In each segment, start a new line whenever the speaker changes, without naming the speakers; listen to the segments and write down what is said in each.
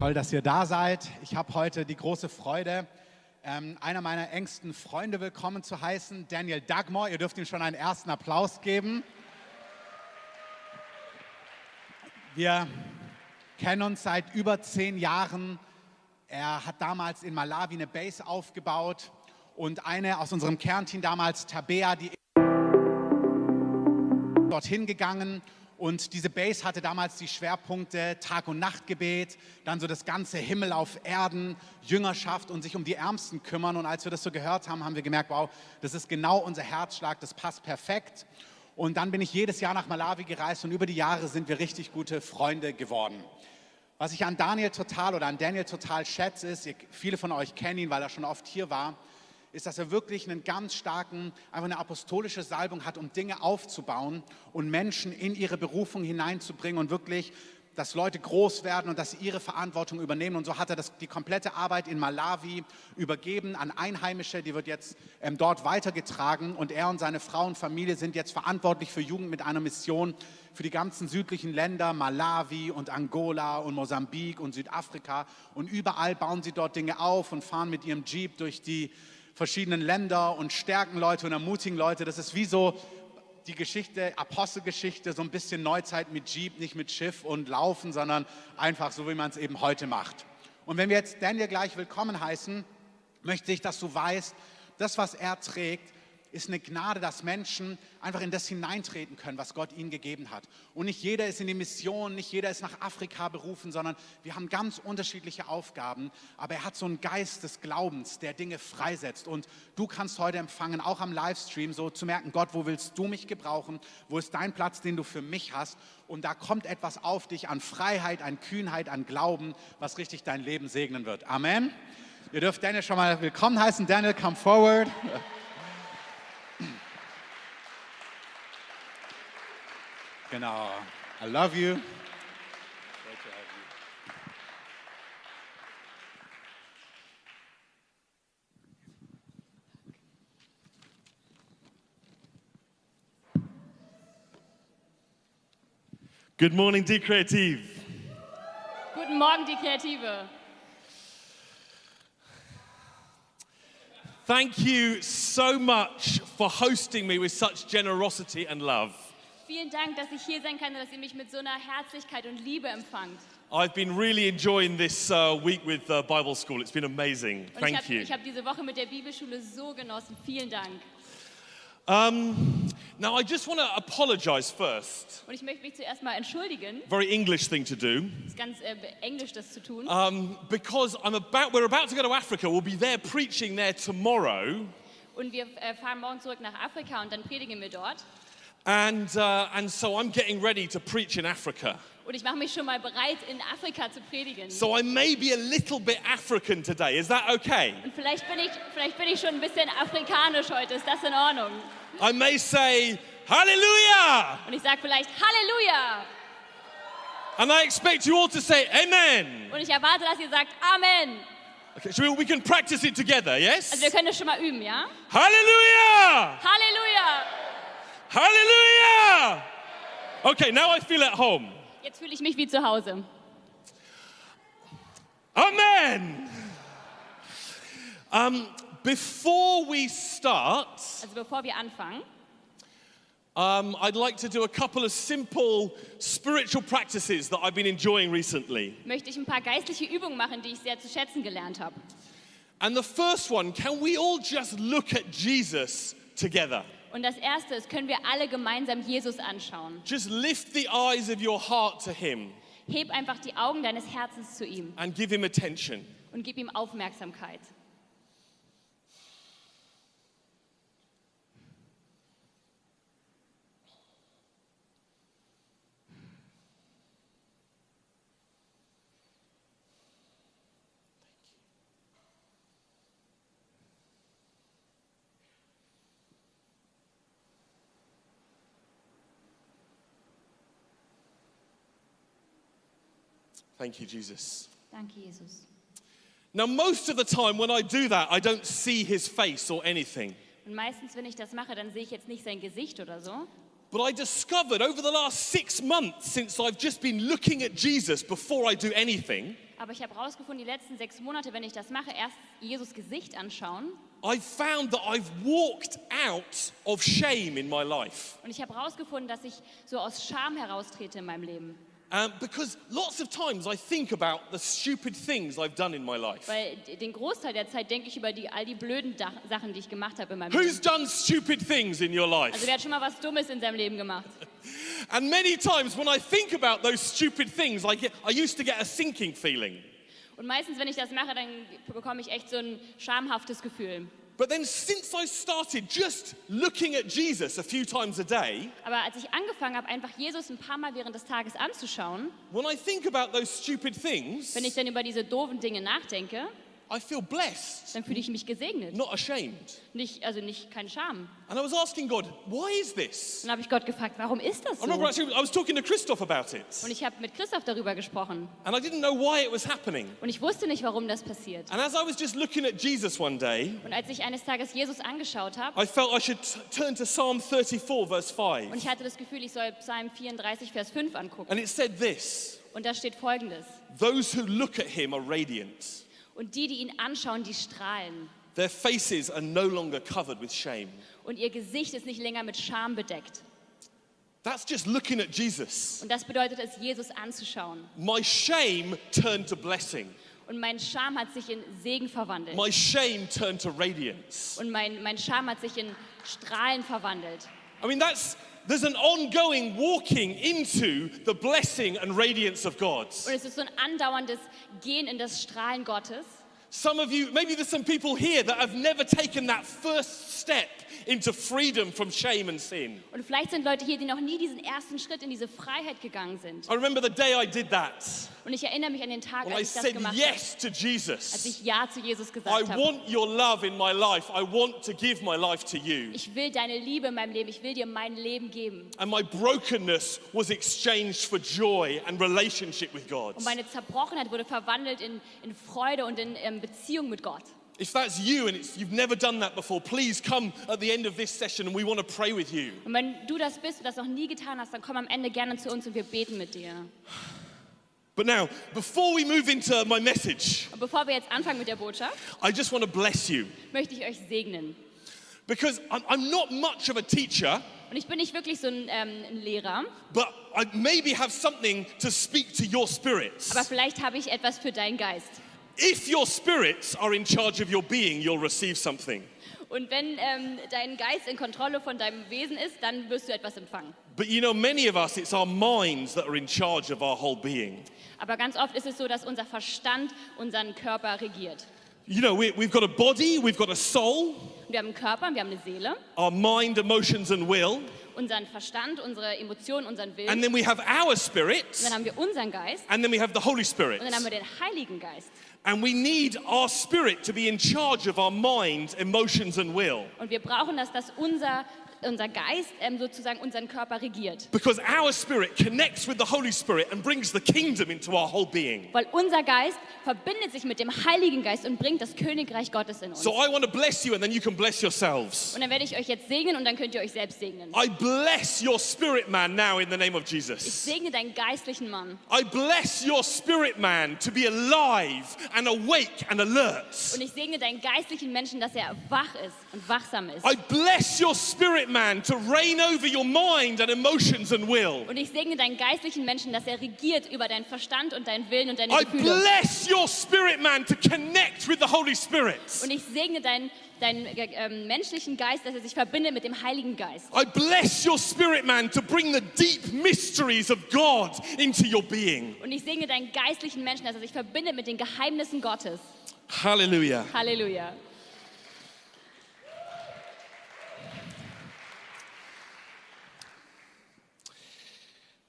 Toll, dass ihr da seid. Ich habe heute die große Freude, ähm, einer meiner engsten Freunde willkommen zu heißen, Daniel Dagmore. Ihr dürft ihm schon einen ersten Applaus geben. Wir kennen uns seit über zehn Jahren. Er hat damals in Malawi eine Base aufgebaut und eine aus unserem Kernteam damals, Tabea, die dorthin gegangen und diese Base hatte damals die Schwerpunkte Tag- und Nachtgebet, dann so das ganze Himmel auf Erden, Jüngerschaft und sich um die Ärmsten kümmern. Und als wir das so gehört haben, haben wir gemerkt, wow, das ist genau unser Herzschlag, das passt perfekt. Und dann bin ich jedes Jahr nach Malawi gereist und über die Jahre sind wir richtig gute Freunde geworden. Was ich an Daniel total oder an Daniel total schätze, ist, ihr, viele von euch kennen ihn, weil er schon oft hier war, ist, dass er wirklich einen ganz starken, einfach eine apostolische Salbung hat, um Dinge aufzubauen und Menschen in ihre Berufung hineinzubringen und wirklich, dass Leute groß werden und dass sie ihre Verantwortung übernehmen. Und so hat er das, die komplette Arbeit in Malawi übergeben an Einheimische, die wird jetzt ähm, dort weitergetragen. Und er und seine Frau und Familie sind jetzt verantwortlich für Jugend mit einer Mission für die ganzen südlichen Länder, Malawi und Angola und Mosambik und Südafrika. Und überall bauen sie dort Dinge auf und fahren mit ihrem Jeep durch die verschiedenen Länder und stärken Leute und ermutigen Leute. Das ist wie so die Geschichte, Apostelgeschichte, so ein bisschen Neuzeit mit Jeep, nicht mit Schiff und Laufen, sondern einfach so, wie man es eben heute macht. Und wenn wir jetzt Daniel gleich willkommen heißen, möchte ich, dass du weißt, das, was er trägt, ist eine Gnade, dass Menschen einfach in das hineintreten können, was Gott ihnen gegeben hat. Und nicht jeder ist in die Mission, nicht jeder ist nach Afrika berufen, sondern wir haben ganz unterschiedliche Aufgaben. Aber er hat so einen Geist des Glaubens, der Dinge freisetzt. Und du kannst heute empfangen, auch am Livestream, so zu merken, Gott, wo willst du mich gebrauchen? Wo ist dein Platz, den du für mich hast? Und da kommt etwas auf dich an Freiheit, an Kühnheit, an Glauben, was richtig dein Leben segnen wird. Amen. Ihr dürft Daniel schon mal willkommen heißen. Daniel, come forward. Genau. I love you.
Good morning, D Creative.
Guten Morgen, die Kreative.
Thank you so much for hosting me with such generosity and love.
Vielen Dank, dass ich hier sein kann und dass ihr mich mit so einer Herzlichkeit und Liebe empfangt.
I've been really enjoying this uh, week with uh, Bible school. It's been amazing.
Und
Thank you.
ich habe hab diese Woche mit der Bibelschule so genossen. Vielen Dank.
Um, now, I just want to apologize first.
Und ich möchte mich zuerst mal entschuldigen.
Very English thing to do.
Es ist ganz äh, englisch, das zu tun.
Um, because I'm about, we're about to go to Africa. We'll be there preaching there tomorrow.
Und wir äh, fahren morgen zurück nach Afrika und dann predigen wir dort.
And, uh, and so I'm getting ready to preach in Africa.
Und ich mache mich schon mal bereit, in Afrika zu predigen.
So I may be a little bit African today. Is that okay?
Und vielleicht bin, ich, vielleicht bin ich schon ein bisschen afrikanisch heute. Ist das in Ordnung?
I may say, Hallelujah!
Und ich sage vielleicht Halleluja.
And I expect you all to say, Amen.
Und ich erwarte, dass ihr sagt Amen.
Okay, so we, we can practice it together,
Also wir
yes?
können das schon mal üben, ja?
Hallelujah!
Halleluja.
Hallelujah! Okay, now I feel at home.
Jetzt fühle ich mich wie zu Hause.
Amen! Um, before we start,
Also bevor wir anfangen,
um, I'd like to do a couple of simple spiritual practices that I've been enjoying recently.
möchte ich ein paar geistliche Übungen machen, die ich sehr zu schätzen gelernt habe.
And the first one can we all just look at Jesus together?
Und das erste ist, können wir alle gemeinsam Jesus anschauen.
Just lift the eyes of your heart to him
Heb einfach die Augen deines Herzens zu ihm
and give him attention.
und gib ihm Aufmerksamkeit.
Thank you, Jesus.
Danke, Jesus.
Now, most of the time when I do that, I don't see his face or anything.
Und meistens, wenn ich das mache, dann sehe ich jetzt nicht sein Gesicht oder so.
But I discovered over the last six months, since I've just been looking at Jesus before I do anything,
Aber ich habe herausgefunden, die letzten sechs Monate, wenn ich das mache, erst Jesus Gesicht anschauen.
I found that I've walked out of shame in my life.
Und ich habe herausgefunden, dass ich so aus Scham heraustrete in meinem Leben.
Um, because lots of times I think about the stupid things I've done in my life.
Weil d- den Großteil der Zeit denke ich über die, all die blöden Dach Sachen, die ich gemacht habe in meinem Leben.
Who's done stupid things in your
Also
life?
wer hat schon mal was Dummes in seinem Leben gemacht?
And many times when I think about those stupid things, I, get, I used to get a sinking feeling.
Und meistens, wenn ich das mache, dann bekomme ich echt so ein schamhaftes Gefühl.
But then since I started just looking at Jesus a few times a day,
Aber als ich angefangen habe, einfach Jesus ein paar Mal während des Tages anzuschauen,
when I think about those stupid things,
wenn ich dann über diese doofen Dinge nachdenke,
I feel blessed,
dann fühle ich mich gesegnet.
not ashamed.
Nicht, also nicht kein Scham.
And I was asking God, why is this?
Dann habe ich Gott gefragt, warum ist das
I remember
so?
actually, I was talking to Christoph about it,
Und ich habe mit Christoph darüber gesprochen.
and I didn't know why it was happening.
Und ich wusste nicht, warum das passiert.
And as I was just looking at Jesus one day,
Und als ich eines Tages Jesus angeschaut habe,
I felt I should t- turn to Psalm 34, verse
und
5.
ich hatte das Gefühl, ich soll Psalm 34, Vers 5 angucken.
And it said this
Und da steht folgendes.
Those who look at him are radiant,
Und die, die ihn anschauen, die strahlen.
their faces are no longer covered with shame.
Und ihr Gesicht ist nicht länger mit Scham bedeckt.
That's just looking at Jesus.
Und das bedeutet es, Jesus anzuschauen.
My shame turned to blessing,
Und mein Scham hat sich in Segen verwandelt.
my shame turned to radiance.
Und mein, mein Scham hat sich in Strahlen verwandelt.
I mean, that's. There's an ongoing walking into the blessing and radiance of God.
Und es ist so ein andauerndes Gehen in das Strahlen Gottes.
Some of you, maybe there's some people here that have never taken that first step into freedom from shame and sin.
Und vielleicht sind Leute hier, die noch nie diesen ersten Schritt in diese Freiheit gegangen sind.
I remember the day I did that.
Und ich erinnere mich an den Tag,
When I
als ich das
said
gemacht habe.
yes to
Als
Jesus.
ich Ja zu Jesus
I
gesagt habe.
want your love in my life. I want to give my life to you.
Ich will deine Liebe in meinem Leben. Ich will dir mein Leben geben.
And my brokenness was exchanged for joy and relationship with God.
Und meine Zerbrochenheit wurde verwandelt in, in Freude und in ähm, Beziehung mit Gott.
If that's you and it's, you've never done that before, please come at the end of this session and we want to pray with you.
Und wenn du das bist und das noch nie getan hast, dann komm am Ende gerne zu uns und wir beten mit dir.
But now, before we move into my message,
Und bevor wir jetzt anfangen mit der Botschaft,
I just want to bless you.
möchte ich euch segnen.
Because I'm, I'm not much of a teacher,
Und ich bin nicht wirklich so ein, ähm, ein Lehrer,
but I maybe have something to speak to your spirits.
aber vielleicht habe ich etwas für deinen Geist.
If your spirits are in charge of your being, you'll receive something.
Und wenn ähm, dein Geist in Kontrolle von deinem Wesen ist, dann wirst du etwas empfangen.
But you know, many of us, it's our minds that are in charge of our whole being.
Aber ganz oft ist es so, dass unser Verstand unseren Körper regiert.
You know, we, we've got a body, we've got a soul,
Und wir haben einen Körper, wir haben eine Seele,
our mind, emotions, and will.
unseren Verstand, unsere Emotionen, unseren Willen.
And
Und
then we have our spirit,
dann haben wir unseren Geist
and then we have the Holy Spirit.
und dann haben wir den Heiligen Geist.
And we need our spirit to be in charge of our mind, emotions, and will.
Und wir brauchen das, dass unser, unser Geist ähm, sozusagen unseren Körper regiert.
Because our spirit connects with the Holy Spirit and brings the kingdom into our whole being.
Weil unser Geist verbindet sich mit dem Heiligen Geist und bringt das Königreich Gottes in uns.
So I want to bless you and then you can bless yourselves.
Und dann werde ich euch jetzt segnen und dann könnt ihr euch selbst segnen.
I bless your spirit man now in the name of
Ich
Jesus.
segne deinen geistlichen Mann.
I bless your spirit man to be alive and awake and alert.
Und ich segne deinen geistlichen Menschen, dass er wach ist und wachsam ist.
I bless your spirit man to reign over your mind and emotions and will.
Und ich segne deinen geistlichen Menschen, dass er regiert über deinen Verstand und deinen Willen und deine
I
Gefühle.
bless your spirit man to connect with the Holy Spirit.
Und ich segne deinen, deinen äh, ähm, menschlichen Geist, dass er sich verbindet mit dem Heiligen Geist.
I bless your spirit man to bring the deep mysteries of God into your being.
Und ich segne deinen geistlichen Menschen, dass er sich verbindet mit den Geheimnissen Gottes.
Hallelujah.
Halleluja.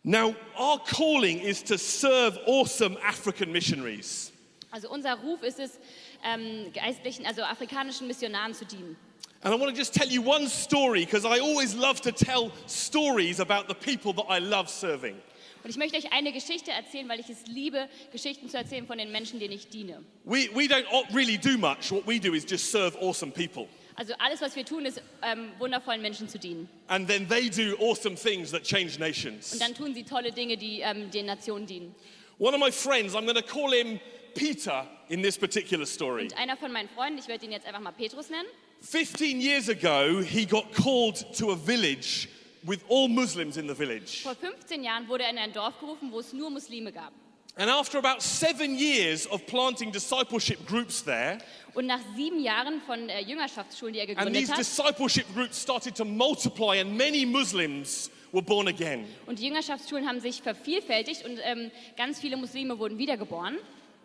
Now, our calling is to serve awesome African missionaries.
Also unser Ruf ist es, ähm, geistlichen, also afrikanischen Missionaren zu dienen.
And I want to just tell you one story because I always love to tell stories about the people that I love serving.
Und ich möchte euch eine Geschichte erzählen, weil ich es liebe, Geschichten zu erzählen von den Menschen, denen ich diene.
We, we don't o- really do much. What we do is just serve awesome people.
Also alles, was wir tun, ist ähm, wundervollen Menschen zu dienen.
And then they do awesome things that change nations.
Und dann tun sie tolle Dinge, die ähm, den Nationen dienen.
One of my friends, I'm going to call him Peter in this particular story.
Und einer von meinen Freunden, ich werde ihn jetzt einfach mal Petrus nennen,
15 years ago, he got called to a village with all Muslims in the village.
vor 15 Jahren wurde er in ein Dorf gerufen, wo es nur Muslime gab.
And after about seven years of planting discipleship groups there,
Und nach sieben Jahren von äh, Jüngerschaftsschulen, die er
and
gegründet
these
hat,
discipleship groups started to multiply, and many Muslims were born again.
und die Jüngerschaftsschulen haben sich vervielfältigt und ähm, ganz viele Muslime wurden wiedergeboren.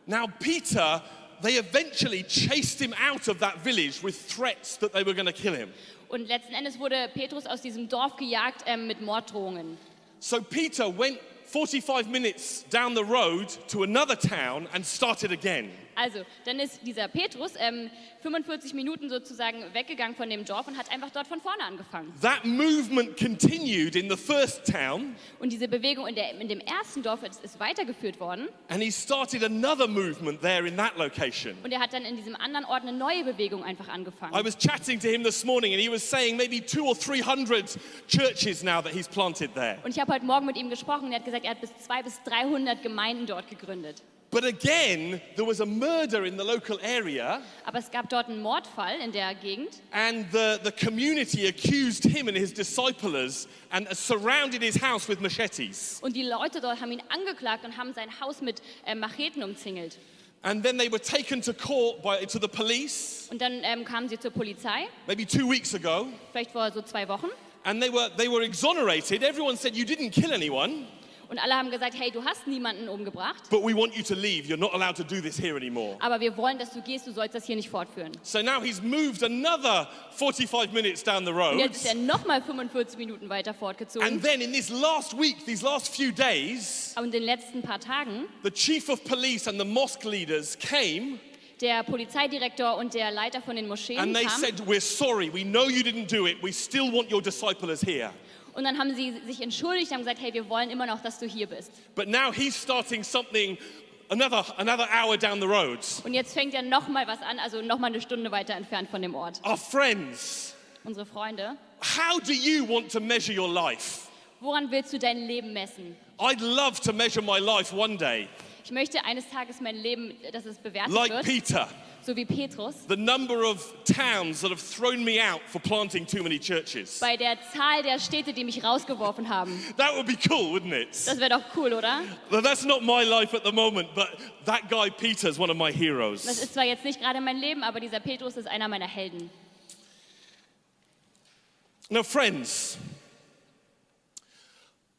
Now, Peter, they eventually chased him out of that village with threats that they were going to kill him.
Und letzten Endes wurde Petrus aus diesem Dorf gejagt ähm, mit Morddrohungen.
So Peter went 45 minutes down the road to another town and started again.
Also, dann ist dieser Petrus ähm, 45 Minuten sozusagen weggegangen von dem Dorf und hat einfach dort von vorne angefangen.
That movement continued in the first town,
Und diese Bewegung in, der, in dem ersten Dorf ist, ist weitergeführt worden.
and he started another movement there in that location.
Und er hat dann in diesem anderen Ort eine neue Bewegung einfach angefangen.
I was chatting to him this morning, and he was saying maybe two or three hundred churches now that he's planted there.
Und ich habe heute Morgen mit ihm gesprochen und er hat gesagt, er hat bis 200 bis 300 Gemeinden dort gegründet.
But again, there was a murder in the local area,
Aber es gab dort einen Mordfall in der Gegend
and the, the community accused him and his disciples and surrounded his house with machetes.
und die Leute dort haben ihn angeklagt und haben sein Haus mit äh, Macheten umzingelt.
And then they were taken to court by, to the police,
Und dann ähm, kamen sie zur Polizei,
maybe two weeks ago,
vielleicht vor so zwei Wochen.
and they were, they were exonerated. Everyone said, You didn't kill anyone,
Und alle haben gesagt, hey, du hast niemanden umgebracht,
but we want you to leave. You're not allowed to do this here anymore.
aber wir wollen, dass du gehst, du sollst das hier nicht fortführen.
So now he's moved another 45 minutes down the
Und
road.
jetzt ist er nochmal 45 Minuten weiter
And
fortgezogen.
then in this last week, these last few days,
Und in den letzten paar Tagen,
the chief of police and the mosque leaders came
der Polizeidirektor und der Leiter von den Moscheen
and they
kamen
said, We're sorry, we know you didn't do it, we still want your disciples here.
und dann haben sie sich entschuldigt, haben gesagt, hey, wir wollen immer noch, dass du hier bist.
But now he's starting something another, another hour down the road.
Und jetzt fängt er nochmal was an, also nochmal eine Stunde weiter entfernt von dem Ort.
Our friends,
Unsere Freunde,
how do you want to measure your life?
woran willst du dein Leben messen?
I'd love to measure my life one day,
Ich möchte eines Tages mein Leben, dass es bewertet
like
wird,
Peter,
so wie Petrus,
the number of towns that have thrown me out for planting too many churches.
bei der Zahl der Städte, die mich rausgeworfen haben.
That would be cool, wouldn't it?
Das wäre doch cool, oder?
Now, that's not my life at the moment, but that guy Peter is one of my
Das
heroes.
ist zwar jetzt nicht gerade mein Leben, aber dieser Petrus ist einer meiner Helden.
Now, friends,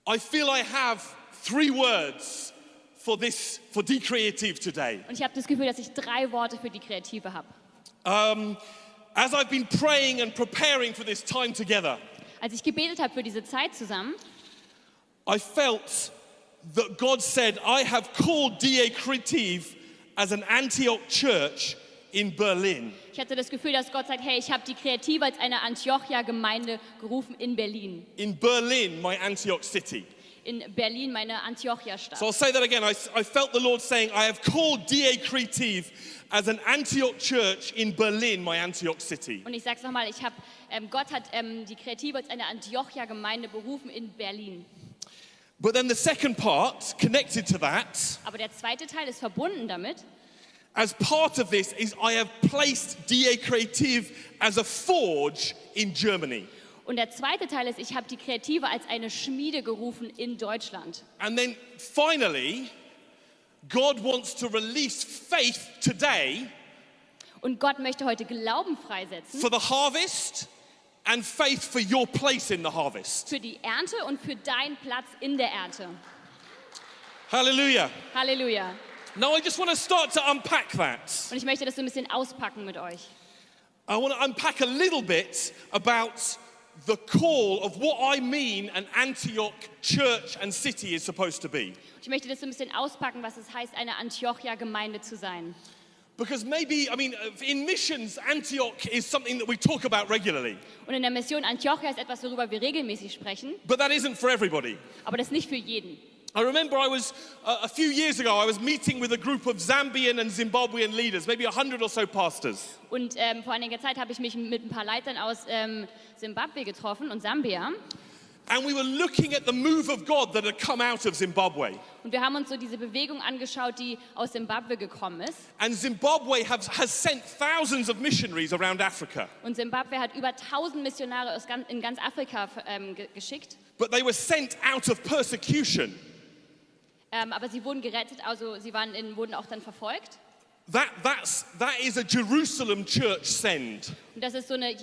I feel I have three words for this, for De Creative today.
Und ich habe das Gefühl, dass ich drei Worte für die Kreative habe.
Um, as I've been praying and preparing for this time together,
Als ich gebetet habe für diese Zeit zusammen,
I felt that God said, I have called DA Creative as an Antioch church in Berlin.
ich hatte das Gefühl, dass Gott sagt, hey, ich habe die Kreative als eine Antiochia-Gemeinde gerufen in Berlin.
In Berlin, my Antioch city.
In Berlin, meine Antiochia-Stadt.
So I'll say that again. I, I felt the Lord saying, I have called DA Creative as an Antioch church in Berlin, my Antioch city.
Und ich sag's nochmal, ich hab, ähm, Gott hat ähm, die Kreative als eine Antiochia-Gemeinde berufen in Berlin.
But then the second part, connected to that,
Aber der zweite Teil ist verbunden damit.
as part of this, is I have placed DA Creative as a forge in Germany.
Und der zweite Teil ist, ich habe die Kreative als eine Schmiede gerufen in Deutschland.
And then finally, God wants to release faith today
Und Gott möchte heute Glauben freisetzen
for the harvest and faith for your place in the harvest.
für die Ernte und für deinen Platz in der Ernte.
Hallelujah.
Halleluja.
Now I just want to start to unpack that.
Und ich möchte das so ein bisschen auspacken mit euch.
I want to unpack a little bit about the call of what I mean an Antioch church and city is supposed to be.
Ich möchte das so ein bisschen auspacken, was es heißt, eine Antiochia-Gemeinde zu sein.
Because maybe, I mean, in missions, Antioch is something that we talk about regularly,
Und in der Mission Antiochia ist etwas, worüber wir regelmäßig sprechen,
but that isn't for everybody.
aber das nicht für jeden.
I remember I was, uh, a few years ago, I was meeting with a group of Zambian and Zimbabwean leaders, maybe 100 or so pastors.
Und ähm, vor einiger Zeit habe ich mich mit ein paar Leitern aus ähm, Simbabwe getroffen und Sambia.
And we were looking at the move of God that had come out of Zimbabwe.
Und wir haben uns so diese Bewegung angeschaut, die aus Simbabwe gekommen ist.
And Zimbabwe have, has sent thousands of missionaries around Africa.
Und Simbabwe hat über 1000 Missionare aus ganz, in ganz Afrika ähm, ge geschickt.
But they were sent out of persecution.
Ähm, aber sie wurden gerettet, also sie waren in, wurden auch dann verfolgt.
That, that's, that is a Jerusalem church send.
Und das ist so eine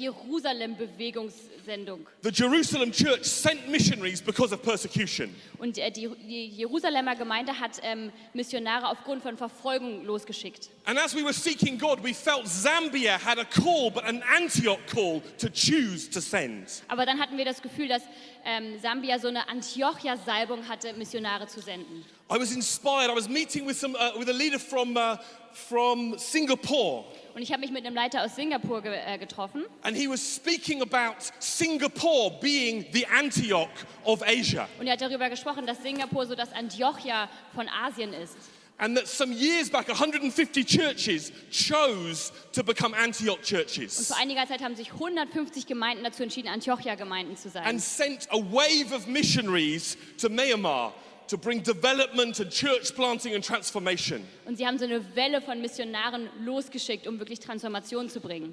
Jerusalem-Bewegungssendung.
The Jerusalem church sent missionaries because of persecution.
Und äh, die, die Jerusalemer Gemeinde hat ähm, Missionare aufgrund von Verfolgung losgeschickt.
And as we were seeking God, we felt Zambia had a call, but an Antioch call to choose to send.
Aber dann hatten wir das Gefühl, dass ähm, Sambia so eine Antiochia-Salbung hatte, Missionare zu senden.
I was inspired. I was meeting with, some, uh, with a leader from, uh, from Singapore,
Und ich habe mich mit einem Leiter aus Singapur ge äh, getroffen.
and he was speaking about Singapore being the Antioch of Asia.
Und er hat darüber gesprochen, dass Singapur so das Antiochia von Asien ist.
And that some years back, 150 churches chose to become Antioch
Und
churches
vor einiger Zeit haben sich 150 Gemeinden dazu entschieden, Antiochia-Gemeinden zu sein.
and sent a wave of missionaries to Myanmar to bring development and church planting and transformation.
Und sie haben so eine Welle von Missionaren losgeschickt, um wirklich Transformation zu bringen.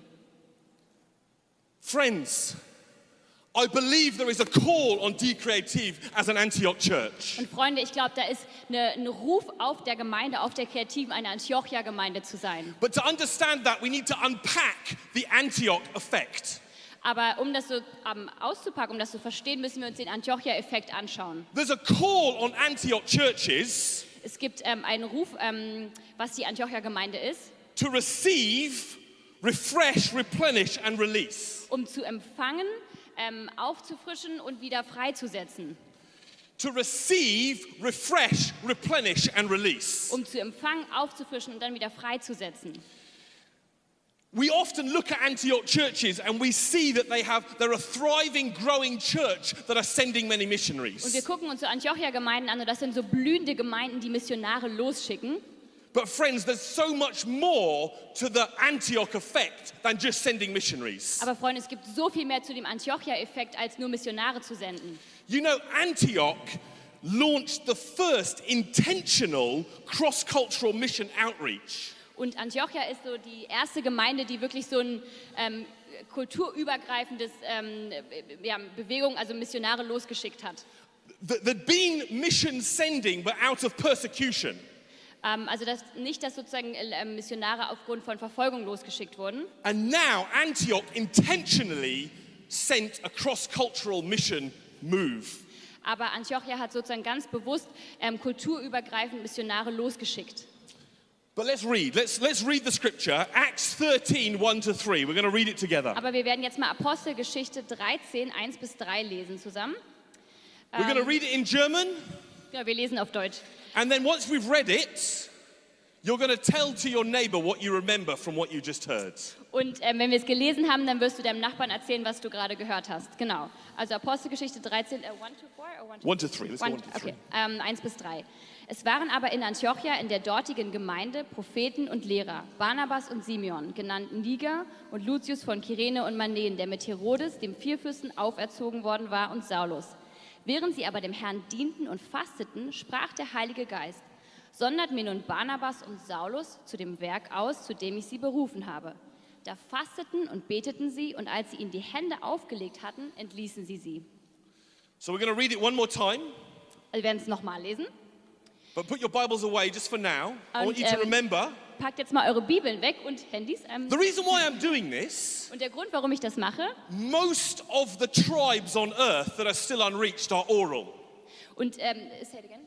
Friends, I believe there is a call on D Creative as an Antioch church.
Und Freunde, ich glaube, da ist eine, ein Ruf auf der Gemeinde, auf der Kreativen, eine Antiochia-Gemeinde zu sein.
But to understand that, we need to unpack the Antioch effect.
Aber um das so ähm, auszupacken, um das zu verstehen, müssen wir uns den Antiochia-Effekt anschauen.
There's a call on Antioch churches
Es gibt ähm, einen Ruf, ähm, was die Antiochia-Gemeinde ist,
to receive, refresh, replenish, and release.
um zu empfangen, ähm, aufzufrischen und wieder freizusetzen.
To receive, refresh, replenish, and release.
Um zu empfangen, aufzufrischen und dann wieder freizusetzen.
We often look at Antioch churches and we see that they have, they're a thriving, growing church that are sending many
Und wir
missionaries.
gucken uns so Antiochia-Gemeinden an und das sind so blühende Gemeinden, die Missionare losschicken.
But friends, there's so much more to the Antioch effect than just sending missionaries.
Aber Freunde, es gibt so viel mehr zu dem Antiochia-Effekt, als nur Missionare zu senden.
You know, Antioch launched the first intentional cross cultural mission outreach.
Und Antiochia ist so die erste Gemeinde, die wirklich so ein ähm, kulturübergreifendes ähm, ja, Bewegung, also Missionare losgeschickt hat.
Th- There'd been mission sending, but out of persecution.
Ähm, also dass nicht, dass sozusagen äh, Missionare aufgrund von Verfolgung losgeschickt wurden.
And now Antioch intentionally sent a cross cultural mission move.
Aber Antiochia hat sozusagen ganz bewusst ähm, kulturübergreifend Missionare losgeschickt.
But let's read. Let's, let's read the scripture, Acts 13, 1 to 3. We're going to read it together.
Aber wir werden jetzt mal Apostelgeschichte 13, 1 bis 3 lesen zusammen.
We're going to read it in German.
Ja, wir lesen auf Deutsch.
And then once we've read it, you're going to tell to your neighbor what you remember from what you just heard.
Und ähm, wenn wir es gelesen haben, dann wirst du deinem Nachbarn erzählen, was du gerade gehört hast. Genau. Also Apostelgeschichte 13, äh, 1 to 4 oder 1
One to three. Let's go
One-
one to three.
Okay, ähm, eins bis drei. Es waren aber in Antiochia in der dortigen Gemeinde Propheten und Lehrer, Barnabas und Simeon, genannt Niger und Lucius von Kyrene und Manen, der mit Herodes, dem Vierfürsten, auferzogen worden war, und Saulus. Während sie aber dem Herrn dienten und fasteten, sprach der Heilige Geist, sondert mir nun Barnabas und Saulus zu dem Werk aus, zu dem ich sie berufen habe. Da fasteten und beteten sie, und als sie ihnen die Hände aufgelegt hatten, entließen sie sie.
So we're going to read it one more time,
Wir werden es nochmal lesen.
but put your Bibles away just for now. I
And,
want you to
um,
remember.
Packt jetzt mal eure Bibeln weg und Handys. Ähm,
The reason why I'm doing this,
und der Grund, warum ich das mache,
most of the tribes on earth that are still unreached are oral.
und ähm, say it again.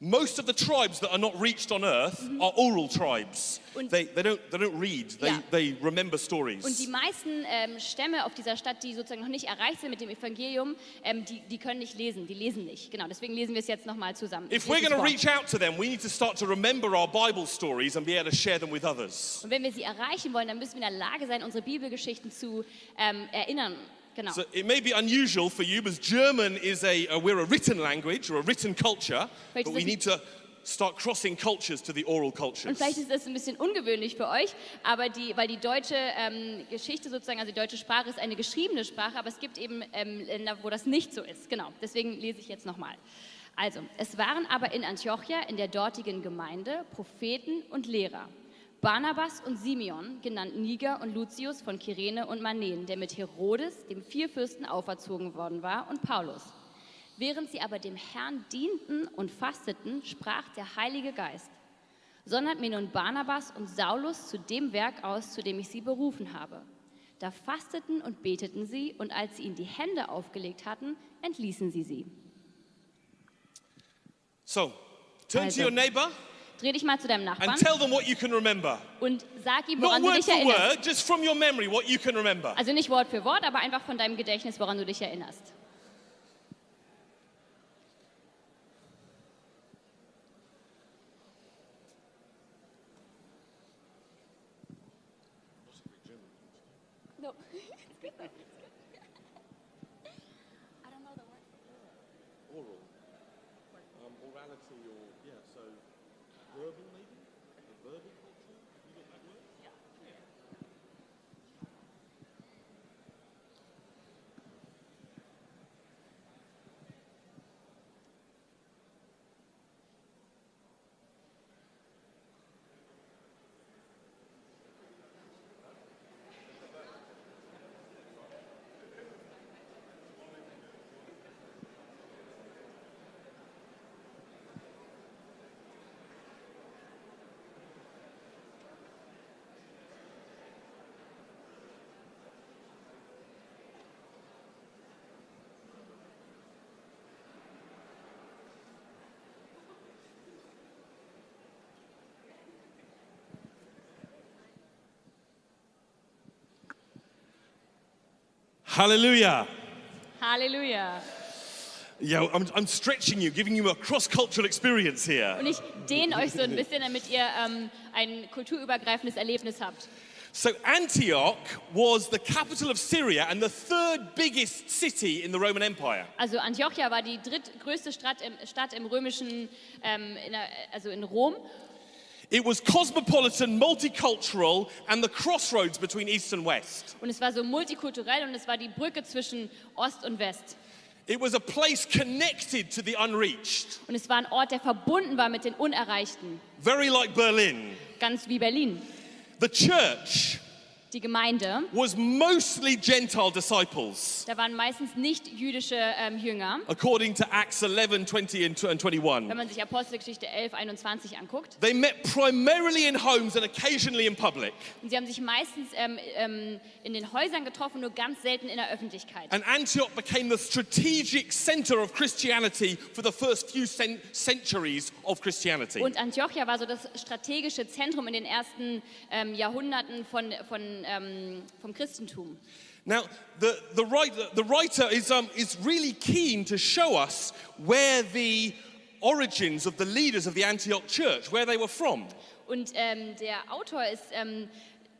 Most of the tribes that are not reached on earth are oral tribes.
Mm-hmm. Und-
They, they, don't, they don't read, they,
Ja.
they remember
Und die
stories.
meisten ähm, Stämme auf dieser Stadt, die sozusagen noch nicht erreicht sind mit dem Evangelium, ähm, die, die können nicht lesen, die lesen nicht. Genau, deswegen lesen wir es jetzt nochmal zusammen.
If we're
Jedes
going to
Wort.
reach out to them, we need to start to remember our Bible stories and be able to share them with others.
Und wenn wir sie erreichen wollen, dann müssen wir in der Lage sein, unsere Bibelgeschichten zu ähm, erinnern. Genau.
So it may be unusual for you, because German is a, uh we're a written language or a written culture,
Wait,
but
does
we
it-
need to start crossing cultures to the oral
Und
cultures.
vielleicht ist das ein bisschen ungewöhnlich für euch, aber die, weil die deutsche ähm, Geschichte sozusagen, also die deutsche Sprache ist eine geschriebene Sprache, aber es gibt eben ähm, Länder, wo das nicht so ist. Genau, deswegen lese ich jetzt nochmal. Also, es waren aber in Antiochia, in der dortigen Gemeinde, Propheten und Lehrer. Barnabas und Simeon, genannt Niger und Lucius von Kyrene und Manen, der mit Herodes, dem Vierfürsten, auferzogen worden war, und Paulus. Während sie aber dem Herrn dienten und fasteten, sprach der Heilige Geist, sondert mir nun Barnabas und Saulus zu dem Werk aus, zu dem ich sie berufen habe. Da fasteten und beteten sie, und als sie ihnen die Hände aufgelegt hatten, entließen sie sie.
So, turn to
Also-
your neighbor
Dreh dich mal zu deinem
and
Nachbarn
tell them what you can remember.
und sag ihm,
Not
woran du
word
dich
for
erinnerst.
word, just from your memory, what you can remember.
Also nicht Wort für Wort, aber einfach von deinem Gedächtnis, woran du dich erinnerst.
Hallelujah.
Halleluja.
Yeah, I'm, I'm stretching you, giving you a cross cultural experience here.
Und ich dehne euch so ein bisschen, damit ihr ähm, ein kulturübergreifendes Erlebnis habt.
So, Antioch was the capital of Syria and the third biggest city in the Roman Empire.
Also Antiochia war die drittgrößte Stadt im, Stadt im römischen, ähm, in der, also in Rom.
It was cosmopolitan, multicultural, and the crossroads between East and West.
Und es war so multikulturell und es war die Brücke zwischen Ost und West.
It was a place connected to the unreached,
Und es war ein Ort, der verbunden war mit den Unerreichten.
very like Berlin.
Ganz wie Berlin.
The church
Die Gemeinde,
was mostly Gentile disciples,
da waren meistens nicht jüdische ähm, Jünger.
according to Acts 11 20 and tw- and
Wenn
21.
man sich Apostelgeschichte 11, 21 anguckt.
They met primarily in homes and occasionally in public.
Und sie haben sich meistens ähm, ähm, in den Häusern getroffen, nur ganz selten in der Öffentlichkeit.
And Antioch became the strategic center of Christianity for the first few cen- centuries of Christianity.
Und Antiochia war so das strategische Zentrum in den ersten ähm, Jahrhunderten von, von, ähm, vom Christentum.
Now, the, the, write, the writer is, um, is really keen to show us where the origins of the leaders of the Antioch church, where they were from.
Und ähm, der Autor ist, ähm,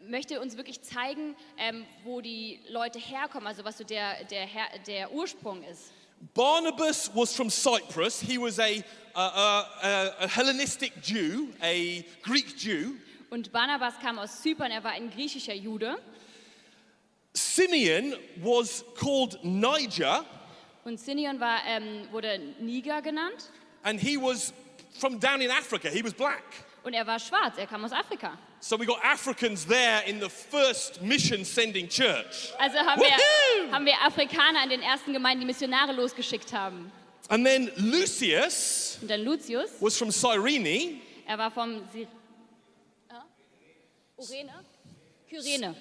möchte uns wirklich zeigen, ähm, wo die Leute herkommen, also was so der, der, Her der Ursprung ist.
Barnabas was from Cyprus. He was a, a, a, a Hellenistic Jew, a Greek Jew.
Und Barnabas kam aus Zypern, er war ein griechischer Jude.
Simeon was called Niger,
Und Simeon war, ähm, wurde Niger genannt
and he was from down in Africa. He was black.
und er war schwarz, er kam aus Afrika.
So we got Africans there in the first mission sending church.
Also haben wir, haben wir Afrikaner in den ersten Gemeinden, die Missionare losgeschickt haben.
And then Lucius
Und dann Lucius.
was from Cyrene.
Er war vom Sir Ja? Urene? Kyrene.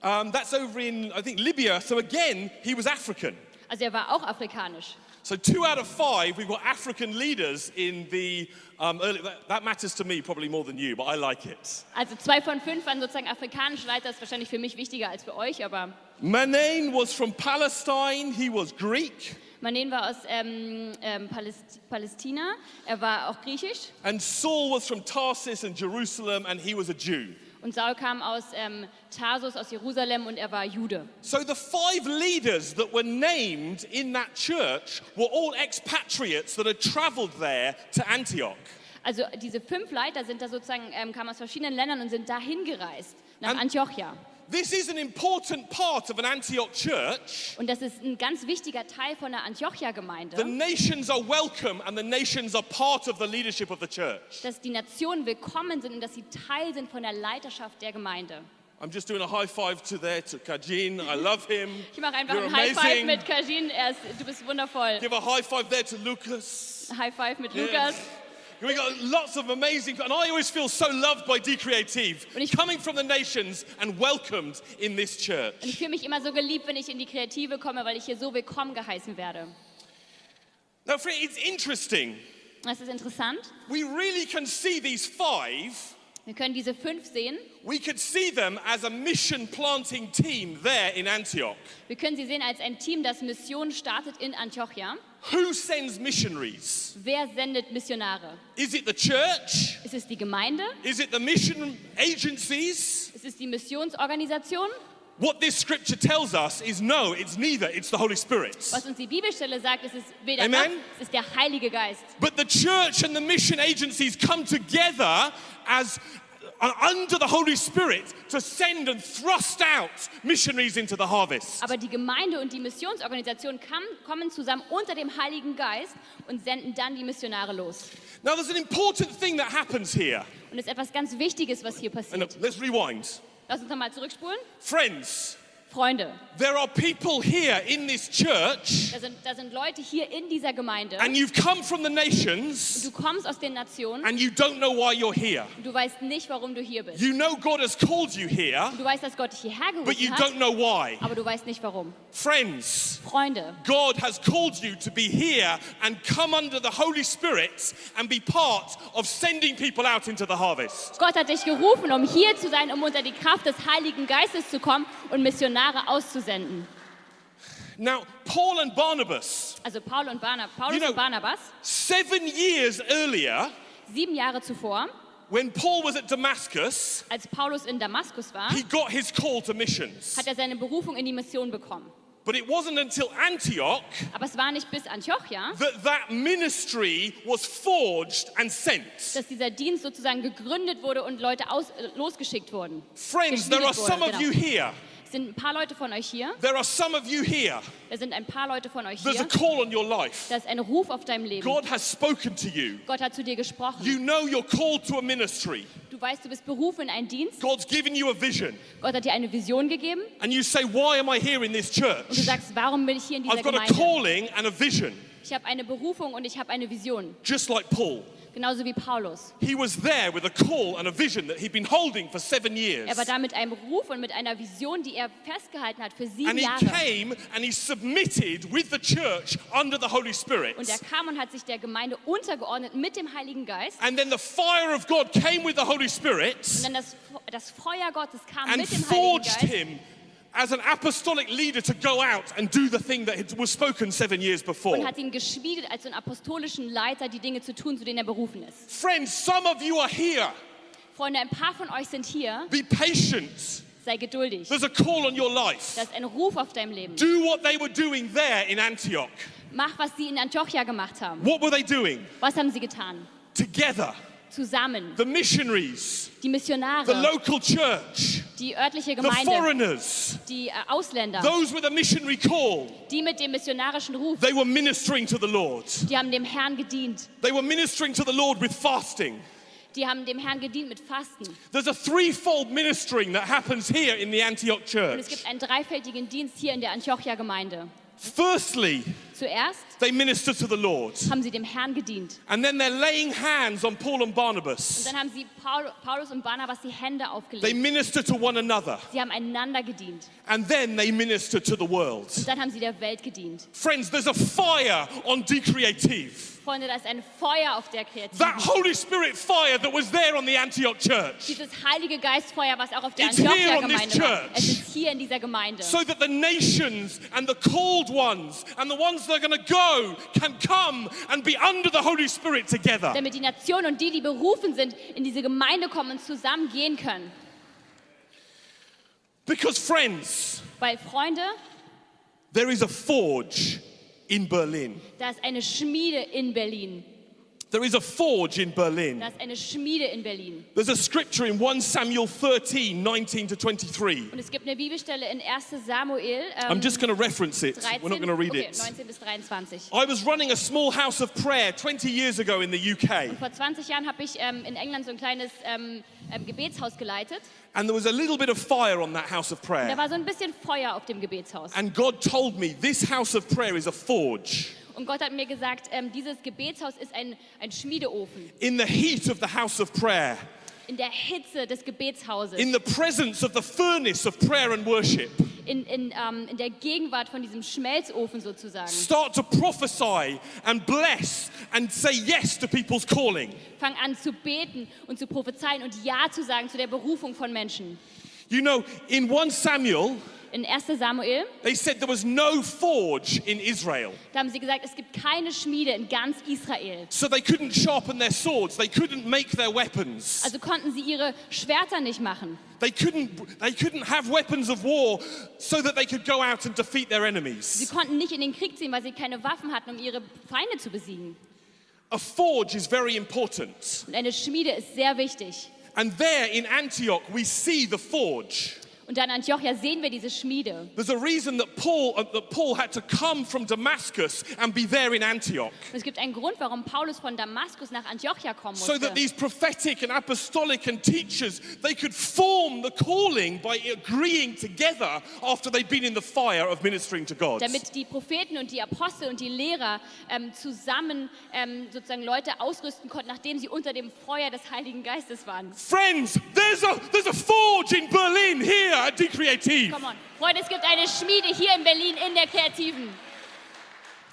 Um, that's over in, I think, Libya. So again, he was African.
Also er war auch afrikanisch.
So two out of five, we've got African leaders in the um, early. That, that matters to me probably more than you, but I like it.
Also zwei von fünf waren sozusagen afrikanische Leiter. Ist wahrscheinlich für mich wichtiger als für euch, aber
Manane was from Palestine. He was Greek,
Manen war aus ähm, ähm, Paläst Palästina. Er war auch griechisch
and Saul was from Tarsus and Jerusalem, and he was a Jew.
und Saul kam aus ähm, Tarsus, aus Jerusalem und er war Jude.
So the five leaders that were named in that church were all expatriates that had travelled there to Antioch.
Also diese fünf Leiter sind da sozusagen, ähm, kamen aus verschiedenen Ländern und sind dahin gereist, nach
An-
Antiochia.
This is an important part of an Antioch church.
Und das ist ein ganz wichtiger Teil von der Antiochia-Gemeinde,
The nations are welcome and the nations are part of the leadership of the church.
dass die Nationen willkommen sind und dass sie Teil sind von der Leiterschaft der Gemeinde.
I'm just doing a high five to there to Kajin. I love him.
Ich mache einfach
You're
einen High Five
amazing.
mit Kajin. Er ist, du bist wundervoll.
Give a high five there to Lucas.
High Five mit
Yeah.
Lukas.
We got lots of amazing, and I always feel so loved by D Creative,
Und ich-
coming from the nations and welcomed in this
Und ich
church.
fühle mich immer so geliebt, wenn ich in die Kreative komme, weil ich hier so willkommen geheißen werde.
Now, for it's interesting.
Das ist interessant.
We really can see these five.
Wir können diese fünf sehen.
We could see them as a mission planting team there in Antioch.
Wir können sie sehen als ein Team, das Mission startet in Antiochia.
Who sends missionaries?
Wer sendet Missionare?
Is it the church?
Ist es die Gemeinde?
Is it the mission agencies?
Ist es die Missionsorganisation?
What this scripture tells us is no, it's neither, it's the Holy Spirit.
Was uns die Bibelstelle sagt, ist es weder
Amen.
noch, es ist der Heilige Geist.
But the church and the mission agencies come together as uh, under the Holy Spirit to send and thrust out missionaries into the harvest.
Aber die Gemeinde und die Missionsorganisation kam, kommen zusammen unter dem Heiligen Geist und senden dann die Missionare los.
Now, there's an important thing that happens here.
Und es ist etwas ganz Wichtiges, was hier
And uh,
passiert.
let's rewind.
Lass uns nochmal zurückspulen.
Friends,
Freunde,
there are people here in this church,
da sind, da sind Leute hier in dieser Gemeinde.
and you've come from the nations,
Du kommst aus den Nationen
and you don't know why you're here.
und du weißt nicht, warum du hier bist.
You know God has called you here,
Du weißt, dass Gott dich hierher
but you
gerufen
don't
hat,
know why.
aber du weißt nicht, warum.
Friends,
Freunde,
God has called you to be here and come under the Holy Spirit and be part of sending people out into the harvest.
Gott hat dich gerufen, um hier zu sein, um unter die Kraft des Heiligen Geistes zu kommen und Missionare auszusenden.
Now, Paul and Barnabas,
Also Paul und Barnab Paulus
You know-
und Barnabas,
seven years earlier,
sieben Jahre zuvor,
when Paul was at Damascus,
als Paulus in Damaskus war,
he got his call to missions.
hat er seine Berufung in die Mission bekommen.
But it wasn't until Antioch
Aber es war nicht bis Antiochia,
that that ministry was forged and sent.
dass dieser Dienst sozusagen gegründet wurde und Leute aus äh, losgeschickt wurden.
Friends, there are some of you here.
Es sind ein paar Leute von euch hier,
There are some of you here.
da sind ein paar Leute von euch
There's a
hier.
call on your life.
Da ist ein Ruf auf deinem Leben.
God has spoken to you.
Gott hat zu dir gesprochen.
You know you're called to a ministry.
Du weißt, du bist berufen in einen Dienst.
God's given you a vision,
Gott hat dir eine Vision gegeben.
and you say, Why am I here in this
Und du
church?
sagst, warum bin ich hier in dieser
I've got a
Gemeinde?
calling and a vision,
Ich habe eine Berufung und ich habe eine Vision.
just like Paul.
Genauso wie Paulus.
He was there with a call and a vision that he'd been holding for seven years.
Er war da mit einem Ruf und mit einer Vision, die er festgehalten hat für sieben
And he
Jahre.
came and he submitted with the church under the Holy Spirit.
Und er kam und hat sich der Gemeinde untergeordnet mit dem Heiligen Geist.
And then the fire of God came with the Holy
Und
Spirit
dann das, das Feuer Gottes kam
and
mit dem Heiligen
forged
Geist
him as an apostolic leader to go out and do the thing that had- was spoken seven years
und
before.
hat ihn geschmiedet als so einen apostolischen Leiter, die Dinge zu tun, zu denen er berufen ist.
Friends, some of you are here.
Freunde, ein paar von euch sind hier.
Be patient.
Sei geduldig.
There's a call on your life.
Da ist ein Ruf auf deinem Leben.
Do what they were doing there in Antioch.
Mach, was sie in Antiochia gemacht haben.
What were they doing?
Was haben sie getan?
Together,
Zusammen.
the missionaries, the
Die Missionare,
local church,
die örtliche
the Oh.
Gemeinde,
foreigners,
die äh, Ausländer,
those with a missionary call,
die mit dem missionarischen Ruf,
they were ministering to the Lord.
die haben dem Herrn gedient.
They were ministering to the Lord with fasting.
Die haben dem Herrn gedient mit Fasten. Und
There's a threefold ministering that happens here in the Antioch
es
church.
gibt einen dreifältigen Dienst hier in der Antiochia-Gemeinde.
Firstly,
Zuerst
they minister to the Lord,
haben sie dem Herrn gedient.
and then they're laying hands on Paul and
Und
Barnabas.
dann haben sie Paul, Paulus und Barnabas die Hände
They
aufgelegt.
minister to one another,
Sie haben einander gedient.
and then they minister to the world.
Und dann haben sie der Welt gedient.
Friends, there's a fire on Decreative.
Freunde, da ist ein Feuer auf der
That
Kreativität.
Holy Spirit fire that was there on the Antioch church.
Dieses heilige Geistfeuer, was auch auf der
It's here on this
Antiochia-Gemeinde war.
church.
Es ist hier in dieser Gemeinde.
So that the nations and the called ones and the ones that are going to go can come and be under the Holy Spirit together.
damit die Nation und die, die berufen sind, in diese Gemeinde kommen und zusammen gehen können.
Because, friends,
Weil Freunde,
there is a forge in Berlin.
da ist eine Schmiede in Berlin.
There is a forge in Berlin.
Da ist eine Schmiede in Berlin.
There's a scripture in 1 Samuel 13, 19 to 23.
Und es gibt eine Bibelstelle in 1. Samuel ähm,
I'm just going to reference it. We're
13,
not going to read
okay,
it.
19 bis 23.
I was running a small house of prayer 20 years ago in the UK,
Vor 20 Jahren habe ich ähm, in England so ein kleines ähm, ähm, Gebetshaus geleitet.
and there was a little bit of fire on that house of
Da
prayer.
war so ein bisschen Feuer auf dem Gebetshaus.
And God told me this house of prayer is a forge.
Und Gott hat mir gesagt, ähm, dieses Gebetshaus ist ein, ein Schmiedeofen.
In the heat of the house of prayer,
In der Hitze des Gebetshauses,
in the presence of the furnace of prayer and worship,
in, in, ähm, in der Gegenwart von diesem Schmelzofen sozusagen.
start to prophesy and bless and say yes to people's calling.
Fang an zu beten und zu prophezeien und Ja zu sagen zu der Berufung von Menschen.
You know, in 1 Samuel,
In 1. Samuel,
they said there was no forge in Israel.
da haben sie gesagt, es gibt keine Schmiede in ganz Israel.
So they couldn't sharpen their swords, they couldn't make their weapons.
Also konnten sie ihre Schwerter nicht machen.
They couldn't they couldn't have weapons of war so that they could go out and defeat their
Sie
enemies.
konnten nicht in den Krieg ziehen, weil sie keine Waffen hatten, um ihre Feinde zu besiegen.
A forge is very important.
Und eine Schmiede ist sehr wichtig.
And there in Antioch we see the forge.
Und dann in Antiochia sehen wir diese Schmiede.
There's a reason that Paul uh, that Paul had to come from Damascus and be there in Antioch
Und es gibt einen Grund, warum Paulus von Damaskus nach Antiochia kommen
so that
musste.
these prophetic and apostolic and teachers they could form the calling by agreeing together after they'd been in the fire of ministering to God.
Damit die Propheten und die Apostel und die Lehrer ähm, zusammen ähm, sozusagen Leute ausrüsten konnten, nachdem sie unter dem Feuer des Heiligen Geistes waren.
Friends, there's a there's a forge in Berlin here at Decreative.
Come on. Freunde, es gibt eine Schmiede hier in Berlin in der Kreativen.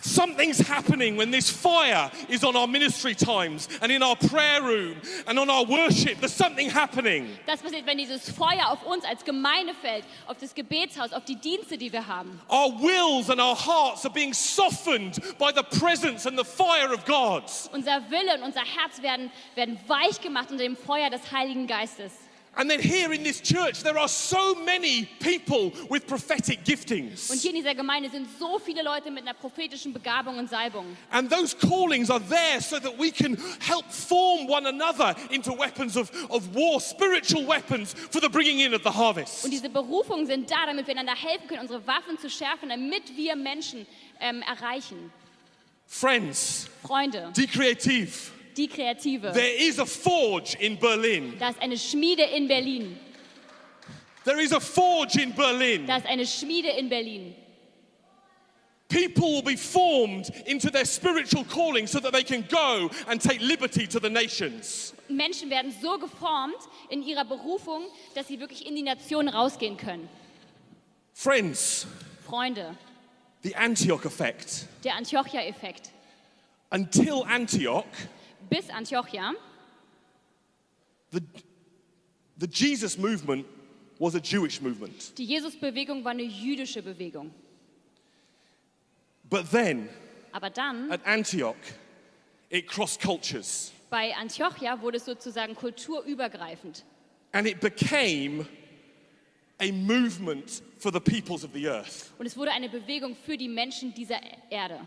Something's happening when this fire is on our ministry times and in our prayer room and on our worship. There's something happening.
Das passiert, wenn dieses Feuer auf uns als Gemeinde fällt, auf das Gebetshaus, auf die Dienste, die wir haben.
Our wills and our hearts are being softened by the presence and the fire of God.
Unser Wille und unser Herz werden, werden weich gemacht unter dem Feuer des Heiligen Geistes.
And then here in this church, there are so many people with prophetic
Und
giftings.
hier in dieser Gemeinde sind so viele Leute mit einer prophetischen Begabung und Salbung.
And those callings are there so that we can help form one another into weapons of, of war, spiritual weapons for the bringing in of the harvest.
Und diese Berufungen sind da, damit wir einander helfen können, unsere Waffen zu schärfen, damit wir Menschen ähm, erreichen.
Friends,
Freunde,
Decreative,
die Kreative.
there is a forge in Berlin.
Da ist eine Schmiede in Berlin.
There is a forge in Berlin.
Da ist eine Schmiede in Berlin.
People will be formed into their spiritual calling so that they can go and take liberty to the nations.
Menschen werden so geformt in ihrer Berufung, dass sie wirklich in die Nation rausgehen können.
Friends,
Freunde,
the Antioch effect.
der Antiochia-Effekt.
Until Antioch,
Bis Antiochia
the, the Jesus movement was a Jewish movement.
Die Jesusbewegung war eine jüdische Bewegung.
But then
Aber dann,
at Antioch, it crossed cultures
bei Antiochia, wurde es sozusagen kulturübergreifend.
and it became a movement for the peoples of the earth.
Und es wurde eine Bewegung für die Menschen dieser Erde.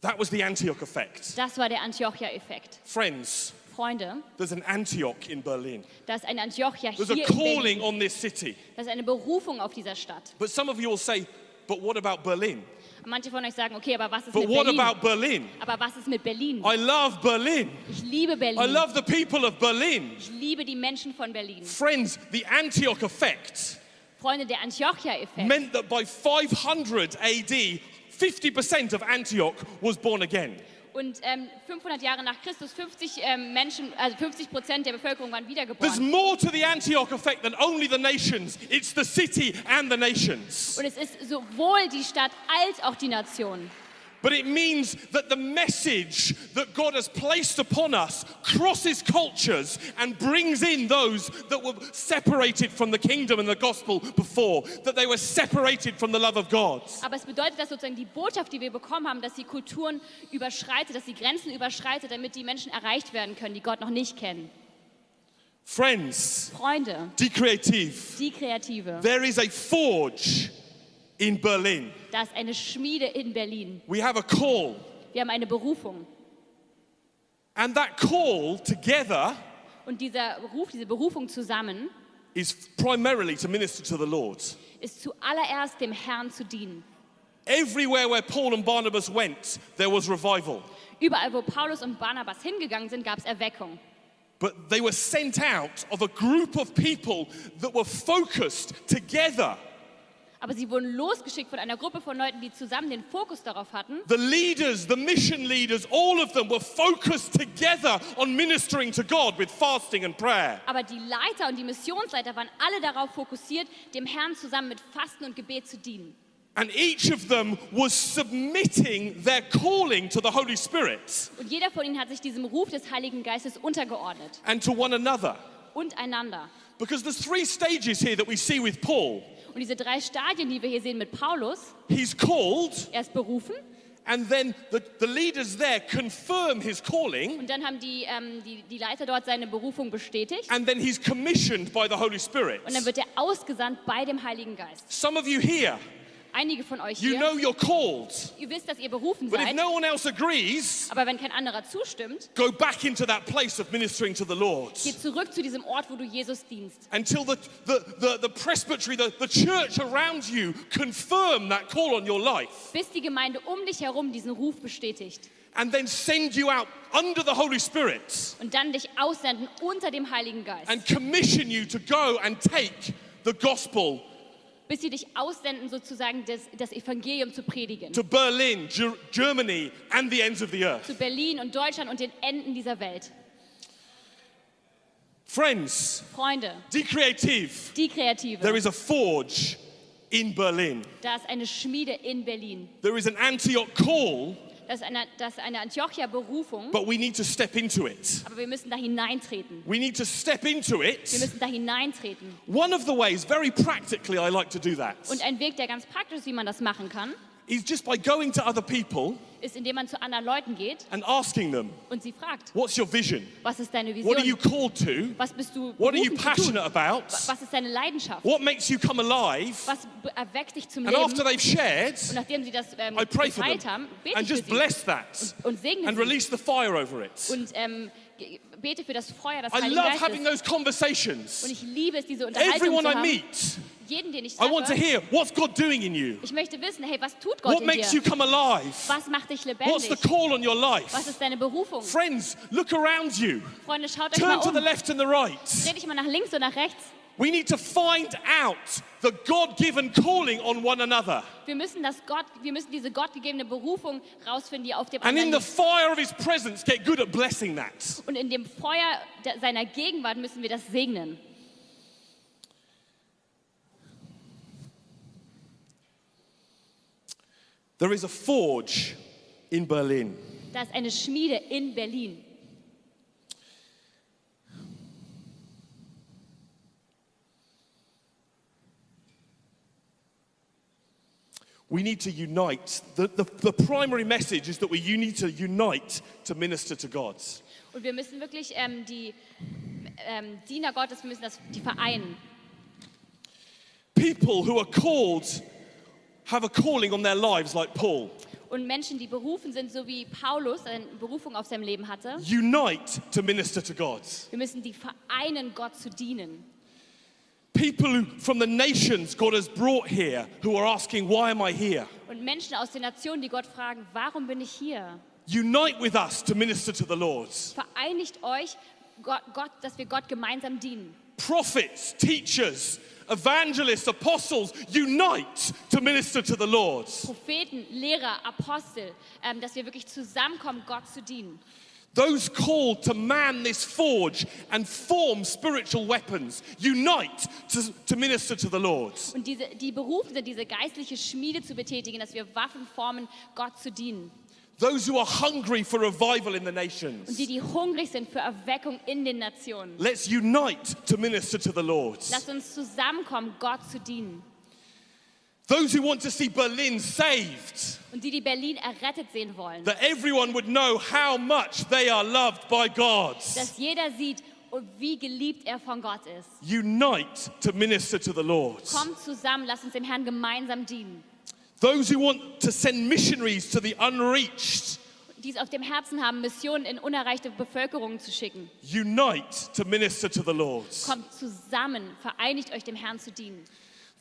That was the Antioch effect.
Das war der Antiochia-Effekt.
Friends,
Freunde,
there's an Antioch in Berlin.
das ist ein Antiochia hier
There's a
in Berlin.
calling on this city.
Das ist eine Berufung auf dieser Stadt.
But some of you will say, but what about Berlin?
Und manche von euch sagen, okay, aber was ist
But
mit
what
Berlin?
about Berlin?
Aber was ist mit Berlin?
I love Berlin.
Ich liebe
I
Berlin.
love the people of Berlin.
Ich liebe die Menschen von Berlin.
Friends, the Antioch effect
Freunde, der Antiochia-Effekt
meant that by 500 AD, 50% of Antioch was born again.
und ähm, 500 Jahre nach Christus 50 ähm, Menschen, also 50 Prozent der Bevölkerung waren wiedergeboren.
There's more to the Antioch effect than only the nations, it's the city and the nations.
Und es ist sowohl die Stadt als auch die Nation.
But it means that the message that God has placed upon us crosses cultures and brings in those that were separated from the kingdom and the gospel before, that they were separated from the love of God.
Aber es bedeutet, dass sozusagen die Botschaft, die wir bekommen haben, dass sie Kulturen überschreitet, dass sie Grenzen überschreitet, damit die Menschen erreicht werden können, die Gott noch nicht kennen.
Friends,
Freunde,
De Creative,
die Kreative.
there is a forge in Berlin.
Da ist eine Schmiede in Berlin.
We have a call
Wir haben eine Berufung.
And that call together
Und dieser Ruf, diese Berufung zusammen
is primarily to minister to the Lord.
ist zuallererst dem Herrn zu dienen.
Everywhere where Paul and Barnabas went, there was revival.
Überall, wo Paulus und Barnabas hingegangen sind, gab es Erweckung.
But they were sent out of a group of people that were focused together.
Aber sie wurden losgeschickt von einer Gruppe von Leuten, die zusammen den Fokus darauf hatten.
The leaders, the mission leaders, all of them were focused together on ministering to God with fasting and prayer.
Aber die Leiter und die Missionsleiter waren alle darauf fokussiert, dem Herrn zusammen mit Fasten und Gebet zu dienen.
And each of them was submitting their calling to the Holy Spirit
Und jeder von ihnen hat sich diesem Ruf des Heiligen Geistes untergeordnet.
and to one another.
Und einander.
Because there's three stages here that we see with Paul.
Und diese drei Stadien, die wir hier sehen mit Paulus,
He's called,
er ist berufen.
and then the, the leaders there confirm his calling,
Und dann haben die, ähm, die, die Leiter dort seine Berufung bestätigt.
and then he's commissioned by the Holy Spirit.
Und dann wird er ausgesandt bei dem Heiligen Geist.
Some of you here,
Einige von euch
you
hier,
know you're called,
ihr wisst, dass ihr berufen
but if
seid.
no one else agrees,
Aber wenn kein anderer zustimmt,
go back into that place of ministering to the Lord.
geh zurück zu diesem Ort, wo du Jesus dienst.
Until the, the, the, the presbytery, the, the church around you confirm that call on your life
Bis die Gemeinde um dich herum diesen Ruf bestätigt.
and then send you out under the Holy Spirit
Und dann dich aussenden unter dem Heiligen Geist.
and commission you to go and take the gospel
Bis sie dich aussenden, sozusagen das, das Evangelium zu predigen.
to Berlin, Ger- Germany, and the ends of the earth.
Zu Berlin und Deutschland und den Enden dieser Welt.
Friends,
Freunde,
De Creative,
die Kreative.
there is a forge in Berlin.
Da ist eine Schmiede in Berlin.
There is an Antioch call,
Das ist eine, das ist eine Antiochia-Berufung,
but we need to step into it.
aber wir müssen da hineintreten.
We need to step into
Wir
it.
müssen da hineintreten.
One of the ways, very practically, I like to do that
Und ein Weg, der ganz praktisch ist, wie man das machen kann,
is just by going to other people
ist, indem man zu anderen Leuten geht
and asking them,
und sie fragt,
What's your vision?
was ist deine
What are you
Vision?
called to?
Was bist du
What are you
berufen zu tun?
passionate about?
Was ist deine Leidenschaft?
What makes you come alive?
Was be- erweckt dich zum
And
Leben?
after they've shared,
Und nachdem sie das ähm,
I pray for
geteilt haben,
them
bete
and
ich für
just
sie
bless that
und segne
and
sie.
release the fire over it.
Und ähm, ge- bete für das Feuer, das
I
Heiligen
love having
Geistes.
those
Und
conversations.
ich liebe es, diese Unterhaltung
Everyone
zu
I
haben.
meet,
Jeden, den ich
I want to
treffe,
hear what's God doing in you?
ich möchte wissen, hey, was tut Gott
What
in
makes
dir?
you come alive?
Was macht dich
What's the
lebendig?
call on your
Was
life?
ist deine Berufung?
Friends, look around you.
Freunde, schaut euch mal
Turn to
um.
the left and the right.
Dreh dich mal nach links und nach rechts.
We need to find out the God given calling on one another.
Wir müssen, das Gott, wir müssen diese gottgegebene Berufung rausfinden, die auf dem
And in
anderen
the
liegt.
fire of his presence, get good at blessing that.
Und in dem Feuer de- seiner Gegenwart müssen wir das segnen.
There is a forge in Berlin.
Da ist eine Schmiede in Berlin.
We need to unite. The, the, the primary message is that we you need to unite to minister to God.
Und wir müssen wirklich ähm, die ähm, Diener Gottes, wir müssen das, die vereinen.
People who are called have a calling on their lives, like Paul.
Und Menschen, die berufen sind, so wie Paulus eine Berufung auf seinem Leben hatte,
Unite to minister to God.
wir müssen die vereinen, Gott zu dienen.
People who, from the nations God has brought here who are asking, Why am I here?
Und Menschen aus den Nationen, die Gott fragen, warum bin ich hier?
Unite with us to minister to the Lord.
Vereinigt euch, Gott, Gott, dass wir Gott gemeinsam dienen.
Prophets, teachers, evangelists, apostles, unite to minister to the Lord.
Propheten, Lehrer, Apostel, ähm, dass wir wirklich zusammenkommen, Gott zu dienen.
Those called to man this forge and form spiritual weapons, unite to, to minister to the Lord.
Und diese, die berufen sind, diese geistliche Schmiede zu betätigen, dass wir Waffen formen, Gott zu dienen.
Those who are hungry for revival in the
Und
nations,
die, die hungrig sind für Erweckung in den Nationen.
let's unite to minister to the Lord.
Lasst uns zusammenkommen, Gott zu dienen.
Those who want to see Berlin saved,
Und die, die Berlin errettet sehen wollen.
that everyone would know how much they are loved by God.
Dass jeder sieht, oh, wie geliebt er von Gott ist.
Unite to minister to the Lord.
Kommt zusammen, lasst uns dem Herrn gemeinsam dienen.
Those who want to send missionaries to the unreached,
die es auf dem Herzen haben, Missionen in unerreichte Bevölkerungen zu schicken.
Unite to minister to the Lord.
Kommt zusammen, vereinigt euch dem Herrn zu dienen.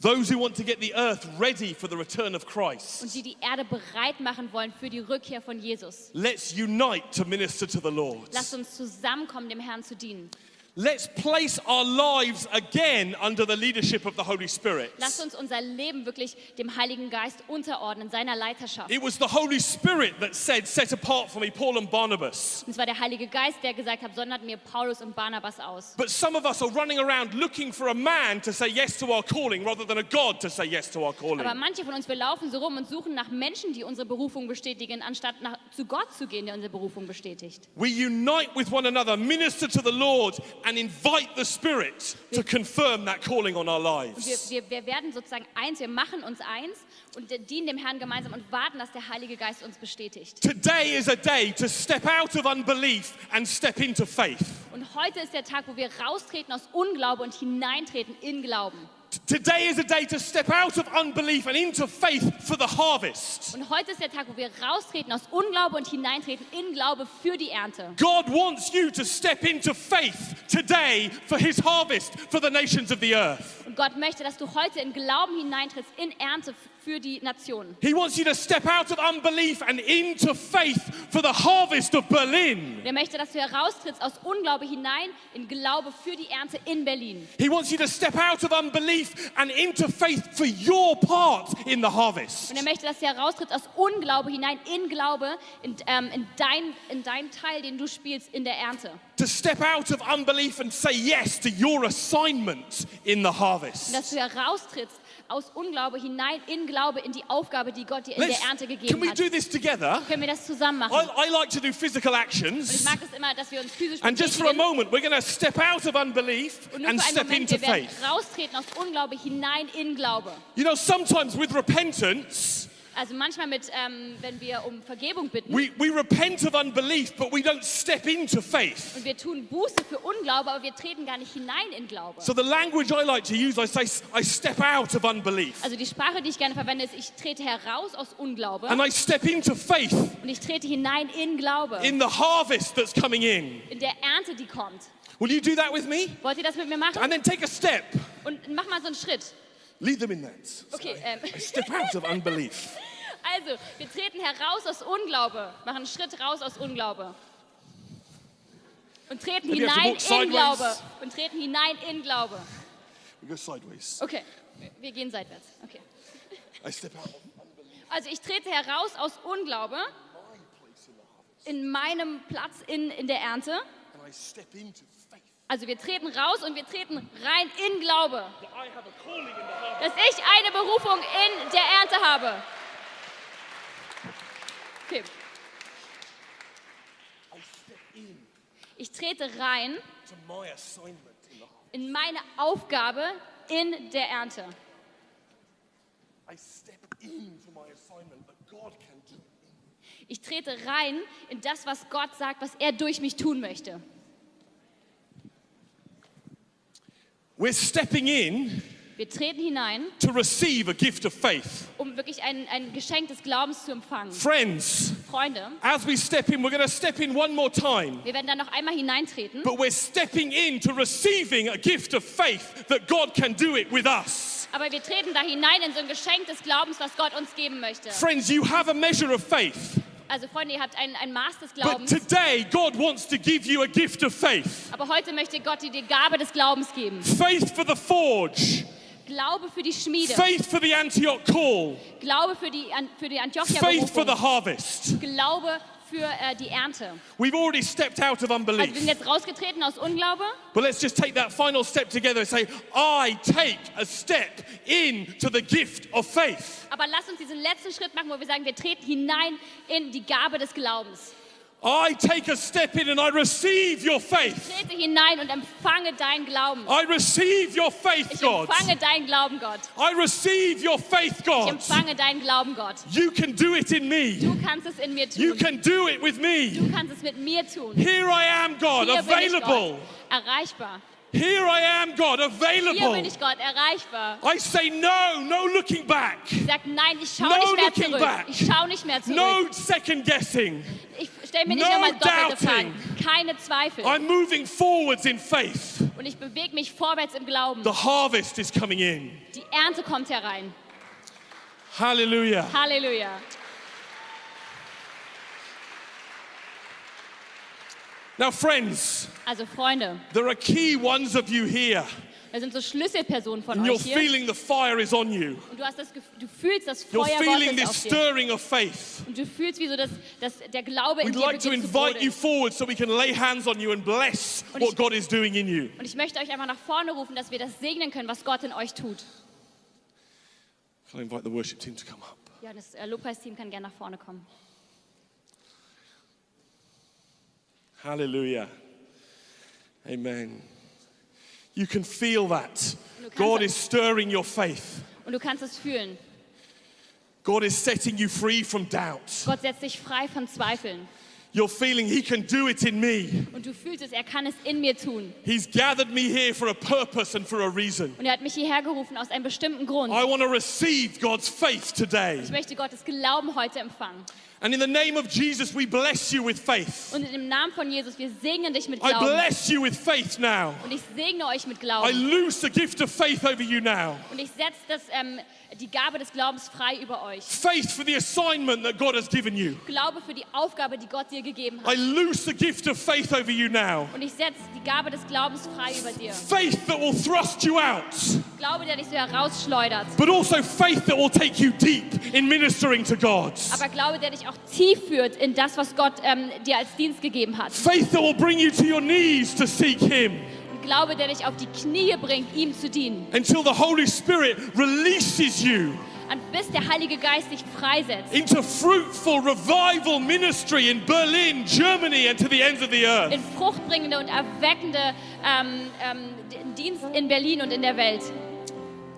Those who want to get the earth ready for the return of Christ.
Und die die Erde bereit machen wollen für die Rückkehr von Jesus.
Let's unite to minister to the Lord.
Lasst uns zusammenkommen, dem Herrn zu dienen.
Let's place our lives again under the leadership of the Holy Spirit.
Lasst uns unser Leben wirklich dem Heiligen Geist unterordnen, seiner Leiterschaft.
It was the Holy Spirit that said, Set apart for me Paul and Barnabas.
Und zwar der Heilige Geist, der gesagt hat, sondert mir Paulus und Barnabas aus.
But some of us are running around looking for a man to say yes to our calling rather than a God to say yes to our calling.
Aber manche von uns, wir laufen so rum und suchen nach Menschen, die unsere Berufung bestätigen, anstatt nach, zu Gott zu gehen, der unsere Berufung bestätigt.
We unite with one another, minister to the Lord, and invite the Spirit to confirm that calling on our
Wir,
lives.
wir, wir werden sozusagen eins, wir machen uns eins und dienen dem Herrn gemeinsam und warten, dass der Heilige Geist uns bestätigt.
Today is a day to step out of unbelief and step into faith.
Und heute ist der Tag, wo wir raustreten aus Unglaube und hineintreten in Glauben.
T- Today is a day to step out of unbelief and into faith for the harvest.
Und heute ist der Tag, wo wir raustreten aus Unglaube und hineintreten in Glaube für die Ernte.
God wants you to step into faith today for his harvest for the nations of the earth.
Und Gott möchte, dass du heute in Glauben hineintrittst, in Ernte für die Nationen.
He wants you to step out of unbelief and into faith for the harvest of Berlin.
Und er möchte, dass du heraustrittst aus Unglaube hinein in Glaube für die Ernte in Berlin.
He wants you to step out of unbelief and into faith for your part in the harvest.
Und er möchte, dass du heraustrittst aus Unglaube hinein in Glaube, in, ähm, in, dein, in deinen Teil, den du spielst in der Ernte.
To step out of unbelief and say yes to your assignment in the
Und dass
harvest.
du heraustrittst aus Unglaube hinein in Glaube in die Aufgabe, die Gott dir in der Ernte
can
gegeben
we
hat.
do this together?
Können wir das zusammen machen?
I,
Und
I like to do physical
ich
actions.
mag es immer, dass wir uns physisch
And just for a
betätigen.
moment, we're going to step out of unbelief
Und nur
and
für einen
step
Moment,
into
wir werden
faith.
raustreten aus Unglaube hinein in Glaube.
You know, sometimes with repentance,
Also manchmal mit, ähm, wenn wir um Vergebung bitten
we, we repent of unbelief, but we don't step into faith.
und wir tun Buße für Unglaube, aber wir treten gar nicht hinein in Glaube.
So the language I like to use, I say, s- I step out of unbelief
Also die Sprache, die ich gerne verwende, ist, ich trete heraus aus Unglaube
and I step into faith.
und ich trete hinein in Glaube,
in the harvest that's coming in.
in der Ernte, die kommt.
Will you do that with me?
Wollt ihr das mit mir machen?
And then take a step.
Und mach mal so einen Schritt.
Leave them in that.
Okay, ähm,
I step out of unbelief.
also wir treten heraus aus Unglaube, machen einen Schritt raus aus Unglaube. Und treten
Maybe I have to
hinein
walk
in
sideways.
Glaube. Und treten hinein in Glaube.
We go sideways.
Okay, wir- wir gehen seitwärts. Okay.
I step out.
Also ich trete heraus aus Unglaube in meinem Platz in, in der Ernte.
And I step into faith.
Also wir treten raus und wir treten rein in Glaube,
That I have a calling in the harvest.
dass ich eine Berufung in der Ernte habe. Okay.
I step in
Ich trete rein
to my assignment in the harvest.
in meine Aufgabe in der Ernte.
I step into my assignment that God can do.
Ich trete rein in das, was Gott sagt, was er durch mich tun möchte.
We're stepping in
Wir treten hinein,
to receive a gift of faith.
um wirklich ein, ein Geschenk des Glaubens zu empfangen.
Friends,
Freunde,
as we step in, we're going to step in one more time.
wir werden da noch einmal hineintreten.
But we're stepping into receiving a gift of faith that God can do it with us.
Aber wir treten da hinein in so ein Geschenk des Glaubens, was Gott uns geben möchte.
Friends, you have a measure of faith,
Also Freunde, ihr habt ein, ein Maß des
but
Glaubens.
today God wants to give you a gift of faith.
Aber heute möchte Gott dir die Gabe des Glaubens geben.
Faith for the forge,
Glaube für die Schmiede.
faith for the Antioch call,
Glaube für die, An- für die
faith for the
Antiochia-Berufung.
harvest.
Glaube für äh, die Ernte.
We've already stepped out of
Also wir sind
unbelief,
jetzt rausgetreten aus Unglaube.
but let's just take that final step together and say, I take a step into the gift of faith.
Aber lass uns diesen letzten Schritt machen, wo wir sagen, wir treten hinein in die Gabe des Glaubens.
I take a step in and I receive your faith.
Trete hinein und empfange deinen Glauben.
I receive your faith,
Ich
God.
empfange deinen Glauben, Gott.
I receive your faith,
Ich
God.
empfange deinen Glauben, Gott.
You can do it in me.
Du kannst es in mir
You
tun.
can do it with me.
Du kannst es mit mir tun.
Here I am, God,
Hier bin ich,
available.
Gott. Erreichbar.
Here I am, God,
Hier
available.
bin ich Gott, erreichbar.
I say no, no looking back,
Ich sag, nein, ich schaue
No
nicht mehr
looking
zurück.
back.
Ich schaue nicht mehr zurück.
no second guessing.
ich stelle mir nicht
No
nochmal doppelte
doubting.
Fragen. Keine Zweifel.
I'm moving forwards in faith.
Und ich bewege mich vorwärts im Glauben.
The harvest is coming in.
Die Ernte kommt herein.
Hallelujah.
Halleluja.
Now, friends,
Also Freunde,
there are key ones of you here,
wir sind so Schlüsselpersonen von
and you're
euch hier.
feeling the fire is on you.
Und du, hast das, Gef- du fühlst das
You're
Feuer
feeling
Gottes
this
auf dir.
stirring of faith.
Und du fühlst, wie so das, das, der Glaube in
We'd
dir
like to
beginnt zu
invite you
brodeln.
forward so we can lay hands on you and bless
Und
what
ich-
God is doing in you.
Und ich möchte euch einfach nach vorne rufen, dass wir das segnen können, was Gott in euch tut.
Can I invite the worship team to come up?
Ja, und das äh, Lobpreisteam kann gerne nach vorne kommen.
Hallelujah. Amen. You can feel that.
Und du
God
kannst-
is stirring your faith.
Und du kannst es fühlen.
God is setting you free from doubt.
Gott setzt dich frei von Zweifeln.
You're feeling He can do it in me.
Und du fühlst es, er kann es in mir tun.
He's gathered me here for a purpose and for a reason.
Und er hat mich hierher gerufen aus einem bestimmten Grund.
I want to receive God's faith today.
Ich möchte Gottes Glauben heute empfangen.
And in the name of Jesus, we bless you with faith.
Und im Namen von Jesus, wir segnen dich mit
I
Glauben.
bless you with faith now.
Und ich segne euch mit
I
Glauben.
loose the gift of faith over you now.
Und ich setze das, ähm, die Gabe des Glaubens frei über euch.
Faith for the assignment that God has given you.
Glaube für die Aufgabe, die Gott dir gegeben
I
hat.
loose the gift of faith over you now.
Und ich setze die Gabe des Glaubens frei über dir.
Faith that will thrust you out,
Glaube, der dich so herausschleudert.
but also faith that will take you deep in ministering to God.
Aber Glaube, der dich auch tief führt in das, was Gott ähm, dir als Dienst gegeben hat.
Faith that will bring you to your knees to seek Him
Und Glaube, der dich auf die Knie bringt, ihm zu dienen.
until the Holy Spirit releases you
Und bis der Heilige Geist dich freisetzt.
into fruitful revival ministry in Berlin, Germany, and to the ends of the earth.
In fruchtbringende und erweckende ähm, ähm, D- Dienst in Berlin und in der Welt.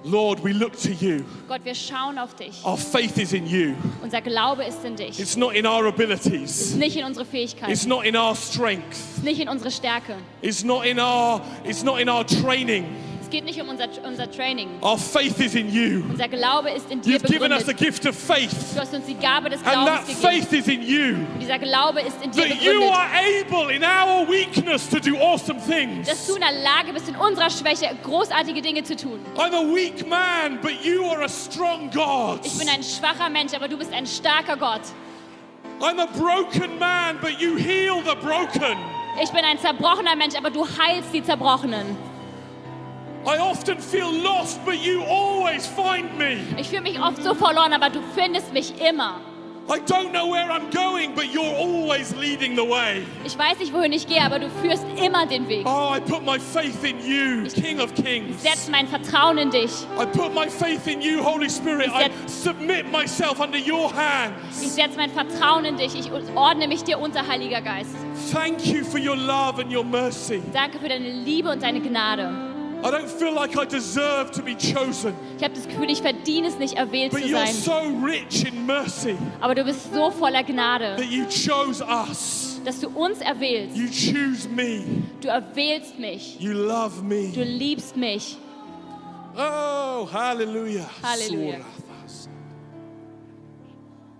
Lord, we look to you.
Gott, wir schauen auf dich.
Our faith is in you.
Unser Glaube ist in dich.
It's not in our abilities.
Nicht in unsere Fähigkeiten.
It's not in our strength.
Nicht in unsere Stärke.
It's not in our it's not in our training.
Es geht nicht um unser, unser Training.
Our faith is in you.
Unser Glaube ist in dir
You've given us the
begründet.
gift of faith.
Du hast uns die Gabe des
And
Glaubens
that
gegeben.
faith is in you.
Und dieser Glaube ist in dir
That you
begründet.
are able in our weakness to do awesome
Dass
things.
du in der Lage bist, in unserer Schwäche großartige Dinge zu tun.
I'm a weak man, but you are a strong God.
Ich bin ein schwacher Mensch, aber du bist ein starker Gott.
I'm a broken man, but you heal the broken.
Ich bin ein zerbrochener Mensch, aber du heilst die Zerbrochenen.
I often feel lost, but you always find me.
Ich fühle mich oft so verloren, aber du findest mich immer.
I don't know where I'm going, but you're always leading the way.
Ich weiß nicht, wohin ich gehe, aber du führst immer den Weg.
Oh, I put my faith in you, King of Kings.
Setz mein Vertrauen in dich.
I put my faith in you, Holy Spirit. I submit myself under your
Ich
hands.
setze mein Vertrauen in dich. Ich ordne mich dir unter, Heiliger Geist.
Thank you for your love and your mercy.
Danke für deine Liebe und deine Gnade.
I don't feel like I deserve to be chosen,
Ich habe das Gefühl, ich verdiene es nicht, erwählt
but
zu
you're
sein.
so rich in mercy
Aber du bist so voller Gnade,
that you chose us.
dass du uns erwählst.
You choose me.
Du erwählst mich.
You love
Du
me.
liebst mich.
Oh, hallelujah.
Hallelujah.
Sora.